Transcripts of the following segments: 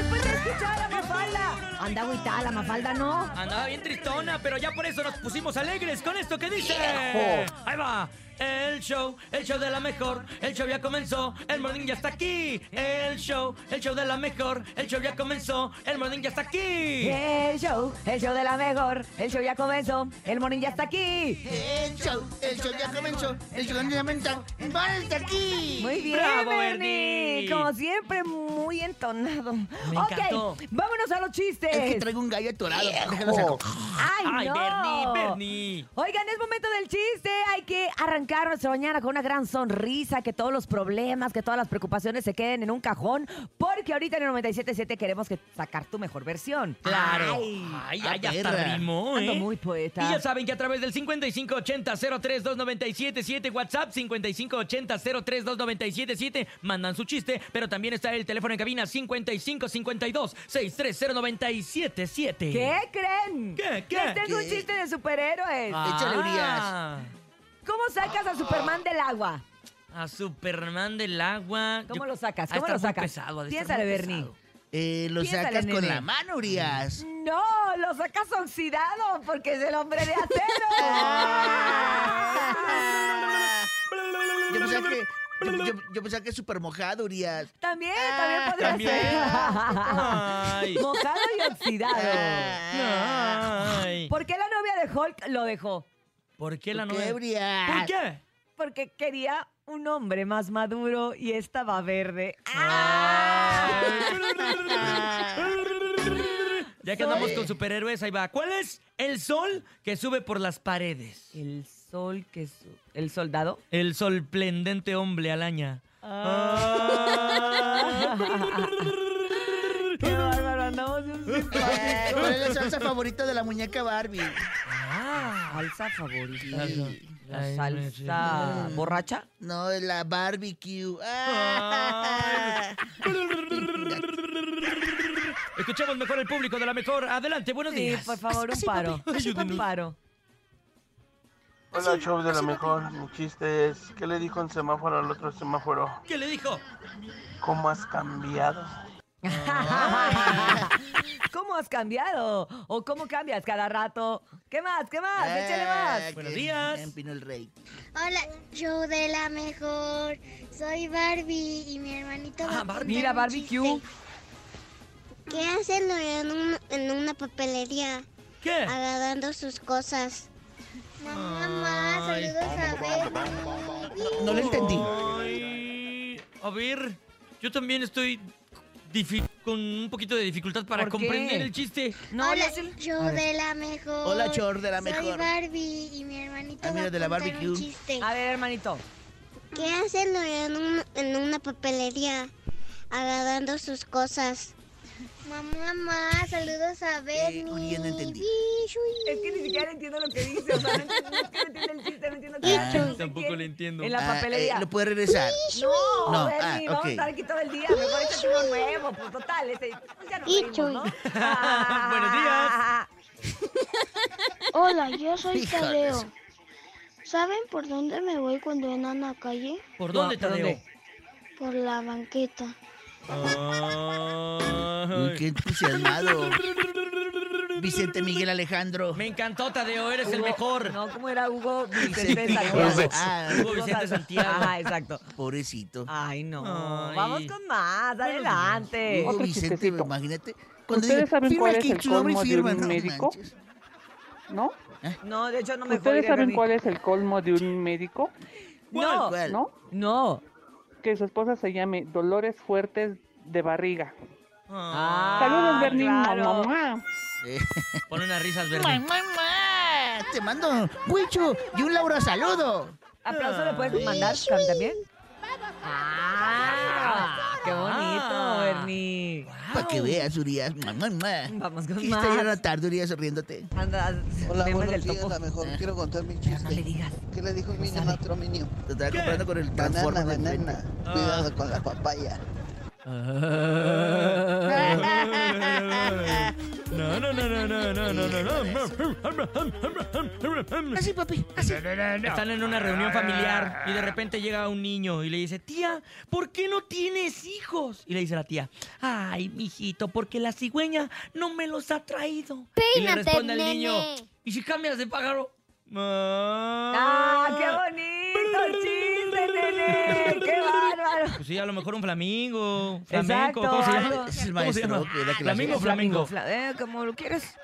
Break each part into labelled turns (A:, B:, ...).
A: escuchar a Mafalda. Anda agüitada, la Mafalda no.
B: Andaba bien tristona, pero ya por eso nos pusimos alegres con esto que dice. Ahí va. El show, el show de la mejor, el show ya comenzó, el morning ya está aquí. El show, el show de la mejor, el show ya comenzó, el morning ya está aquí.
A: El show, el show de la mejor. El show ya comenzó. El morning ya está aquí.
C: El show, el show ya comenzó, el show ya comenzó, ¡Falta aquí!
A: Muy bien,
B: ¡Bravo,
A: Bernie.
B: Bernie!
A: Como siempre, muy entonado.
B: encantó.
A: ok, vámonos a los chistes.
C: Es que traigo un gallo atorado. Déjalo saco.
A: ¡Ay,
B: Ay,
A: no!
B: Bernie, Bernie.
A: Oigan, es momento del chiste. Hay que arrancar nuestra mañana con una gran sonrisa, que todos los problemas, que todas las preocupaciones se queden en un cajón, porque ahorita en el 97.7 queremos que sacar tu mejor versión.
B: Claro.
A: Ay,
B: Ay,
C: ah,
B: ay, ya
C: perra.
B: está rimó,
A: ando
B: ¿eh?
A: muy poeta.
B: Y ya saben que a través del 5580-032977, WhatsApp 5580-032977, mandan su chiste, pero también está el teléfono en cabina 5552-630977.
A: ¿Qué creen?
B: ¿Qué, qué?
A: Les tengo un
C: ¿Qué?
A: chiste de superhéroes.
C: Échale,
B: Ah,
A: ¿Cómo sacas a Superman del agua?
B: A Superman del agua.
A: ¿Cómo
B: Yo-
A: lo sacas?
B: ha de
A: ¿Cómo lo
B: estar muy
A: sacas?
B: pesado, ha de estar
A: Piénsale,
B: muy
A: Bernie.
B: pesado.
C: Eh, lo
A: Piénsale,
C: sacas con
A: nene.
C: la mano, Urias.
A: No, lo sacas oxidado porque es el hombre de acero.
C: Yo pensaba que, yo, yo- yo pensaba que es súper mojado, Urias.
A: También, también podría
B: También.
A: ser.
B: Ay.
A: Mojado y
C: Ah.
A: oxidado.
B: Ay.
A: ¿Por qué la novia de Hulk lo dejó?
B: ¿Por qué la
C: ¿Por qué,
B: novia?
C: Urias?
B: ¿Por qué?
A: Porque quería un hombre más maduro y estaba verde.
B: Ya que andamos con superhéroes, ahí va. ¿Cuál es el sol que sube por las paredes?
A: El sol que su- ¿El soldado?
B: El sorprendente hombre alaña.
A: Ah.
B: Ah.
A: Qué bárbaro, andamos de un
C: Eh,
A: simpático.
C: ¿Cuál es la salsa favorita de la muñeca Barbie?
A: Salsa favorita.
C: Ah, Sí.
A: La salsa borracha.
C: No, es la barbecue. Ah.
B: Ay. Escuchemos mejor el público de la mejor. Adelante, buenos
A: Sí,
B: días.
A: por favor, un paro. Un paro.
D: Hola, show de la mejor. Mi chiste es, ¿qué le dijo un semáforo al otro semáforo?
B: ¿Qué le dijo?
D: ¿Cómo has cambiado?
A: ¿Cómo has cambiado? ¿O cómo cambias cada rato? ¿Qué más? ¿Qué más?
C: Eh.
A: Échale más.
B: Buenos días.
C: Empino Ah, el rey.
E: Hola, show de la mejor. Soy Barbie y mi hermanito. va
B: Ah,
E: a
B: Barbie.
E: contar
A: Mira,
E: un
A: barbecue.
E: chiste. ¿Qué hacen en, un- en una papelería
B: ¿Qué?
E: agarrando sus cosas? mamá,
B: Ay.
E: saludos a Barbie.
C: No lo entendí.
B: Ay, a ver, yo también estoy difi- con un poquito de dificultad para
A: ¿Por qué?
B: comprender el chiste.
A: No,
E: Hola,
A: no sé-
E: show de la mejor.
C: Hola, show de la
E: Soy
C: mejor.
E: Barbie y mi hermanito.
C: Ah,
E: va
C: mira,
E: a
C: de la
E: contar un
C: barbecue.
E: chiste.
A: A ver, hermanito.
E: ¿Qué hacen en, un- en una papelería agarrando sus cosas? Mamá, mamá, saludos a Bernie.
C: Uri, Eh, no entendí.
E: Bishui.
A: Es que ni siquiera entiendo lo que dice. O sea, no entiendo, no entiendo el chiste, no entiendo qué
C: Ah,
A: dice, no sé
B: Tampoco
A: qué.
B: lo entiendo.
A: En la papelería.
C: eh, ¿Lo puede regresar?
A: No,
C: No,
A: Bernie,
C: ah,
A: vamos
C: ok.
A: a estar aquí todo el día. Mejor échate uno nuevo, pues total. Este, pues, ya nos reímos,
E: Ichuy.
A: ¿no?
B: Buenos días.
F: Hola, yo soy
C: Híjole.
F: Tadeo. ¿Saben por dónde me voy cuando ando en la calle?
B: ¿Por dónde,
A: No, ¿por
B: Tadeo?
A: dónde?
F: Por la banqueta.
C: Uy,
B: Ay.
C: qué entusiasmado. Vicente Miguel Alejandro.
B: Me encantó, Tadeo, eres el
A: Hugo-
B: mejor.
A: No, como era Hugo Vicente
C: Vicente
A: Santiago.
C: Miguel. Ah,
B: Hugo Vicente Santiago.
A: Ah, exacto.
C: pobrecito.
G: Ah,
A: Ay, no.
B: Ay.
A: Vamos con más.
B: Buenos
A: Adelante.
C: Hugo
G: eh, Otro
C: Vicente,
G: chistecito.
C: imagínate. Cuando
G: ¿Ustedes
C: dice,
G: saben
C: firma
G: cuál es
C: aquí
G: el
C: su nombre y
G: colmo de
C: firma,
G: un
C: no
G: médico?
C: manches.
G: ¿No?
A: No, de hecho no me
G: ¿Ustedes
A: jodí,
G: saben
A: Bernie.
G: cuál es el colmo de un médico?
A: No,
C: ¿Cuál?
G: ¿No?
A: no.
G: Que su esposa se llame Dolores Fuertes de Barriga.
B: Ah,
G: Saludos, Bernie.
A: claro.
G: Mamá.
C: Eh,
B: Pon unas risas, Bernie.
C: te mando un huicho y un Laura saludo.
A: ¿Aplauso le puedes mandar Sam, también? ¡Ah! ¡Qué bonito,
B: Ah.
A: Bernie!
C: Para que veas, Urias. Mua, mua, mua.
A: Vamos con
C: Y
A: más.
C: estaría la tarde, Urias, riéndote.
A: Anda, memes del topo.
H: mejor. Quiero contar mi
A: No le digas.
H: ¿Qué le dijo un niño a otro niño?
C: Te estaba comprando con el transformer. del frente.
B: Ah. Cuidado
H: con la papaya.
B: No, no, no, no, no, no, no, no, no,
I: Así, papi, así.
B: Están en una reunión familiar y de repente llega un niño y le dice, tía, ¿por qué no tienes hijos? Y le dice la tía, ay, mijito, porque la cigüeña no me los ha traído. y le
E: Peínate,
B: responde el
E: nene.
B: niño, ¿y si cambias de pájaro?
A: ¡Ah,
B: ¡Ah,
A: qué bonito chiste, nene! ¡Qué bárbaro!
B: Pues sí, a lo mejor un flamingo, flamenco,
A: Exacto,
B: ¿cómo se
A: algo.
B: llama?
A: Es el
B: ¿Cómo se llama?
C: maestro que da clases.
B: Flamingo, flamingo.
A: Fla- eh, como lo quieres.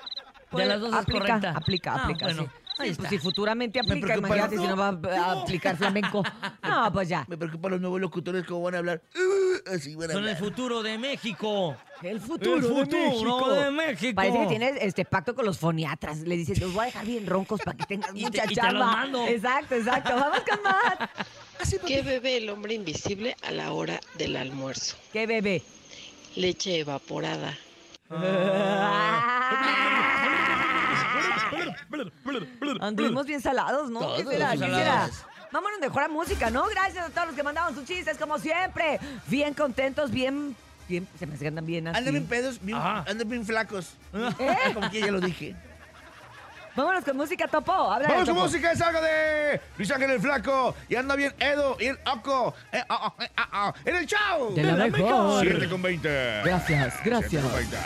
B: De las dos es
A: aplica,
B: correcta.
A: Aplica,
B: Ah,
A: aplica,
B: bueno,
A: sí.
B: ahí
A: Sí,
B: está.
A: pues si futuramente
C: Me
A: aplica,
C: preocupa
A: imagínate
C: el-
A: si no va a a aplicar flamenco. No, pues ya.
C: Me preocupan los nuevos locutores cómo van a hablar. Uh, así van a
B: Son el
C: hablar.
B: futuro de México.
A: El futuro,
B: el futuro
A: de México.
B: de México.
A: Parece que tienes este pacto con los foniatras. Le dices, los voy a dejar bien roncos para que tengas
B: Y te-
A: mucha
B: y te
A: chamba.
B: los mando.
A: Exacto, exacto. Vamos con más.
J: ¿Qué bebe el hombre invisible a la hora del almuerzo?
A: ¿Qué bebé?
J: Leche evaporada.
C: Ah.
A: Anduvimos bien salados, ¿no? ¿Qué
C: Todos
A: será? ¿Qué será?
C: salados.
A: Vámonos mejor a música, ¿no? Gracias a todos los que mandaban sus chistes, como siempre. Bien contentos, bien... bien se me andan bien así. ¿Eh?
C: Andan bien pedos, bien,
B: Ajá.
C: andan bien flacos. Como que ya lo dije.
A: Vámonos con música, Topo. Habla
I: Vamos
A: de
I: con
A: Topo.
I: música, es algo de Luis Ángel el Flaco. Y anda bien Edo y el Oco. Eh, ah, ah, eh, ah, ah. En el show.
A: Te la dejo.
I: 7 con 20.
A: Gracias, gracias.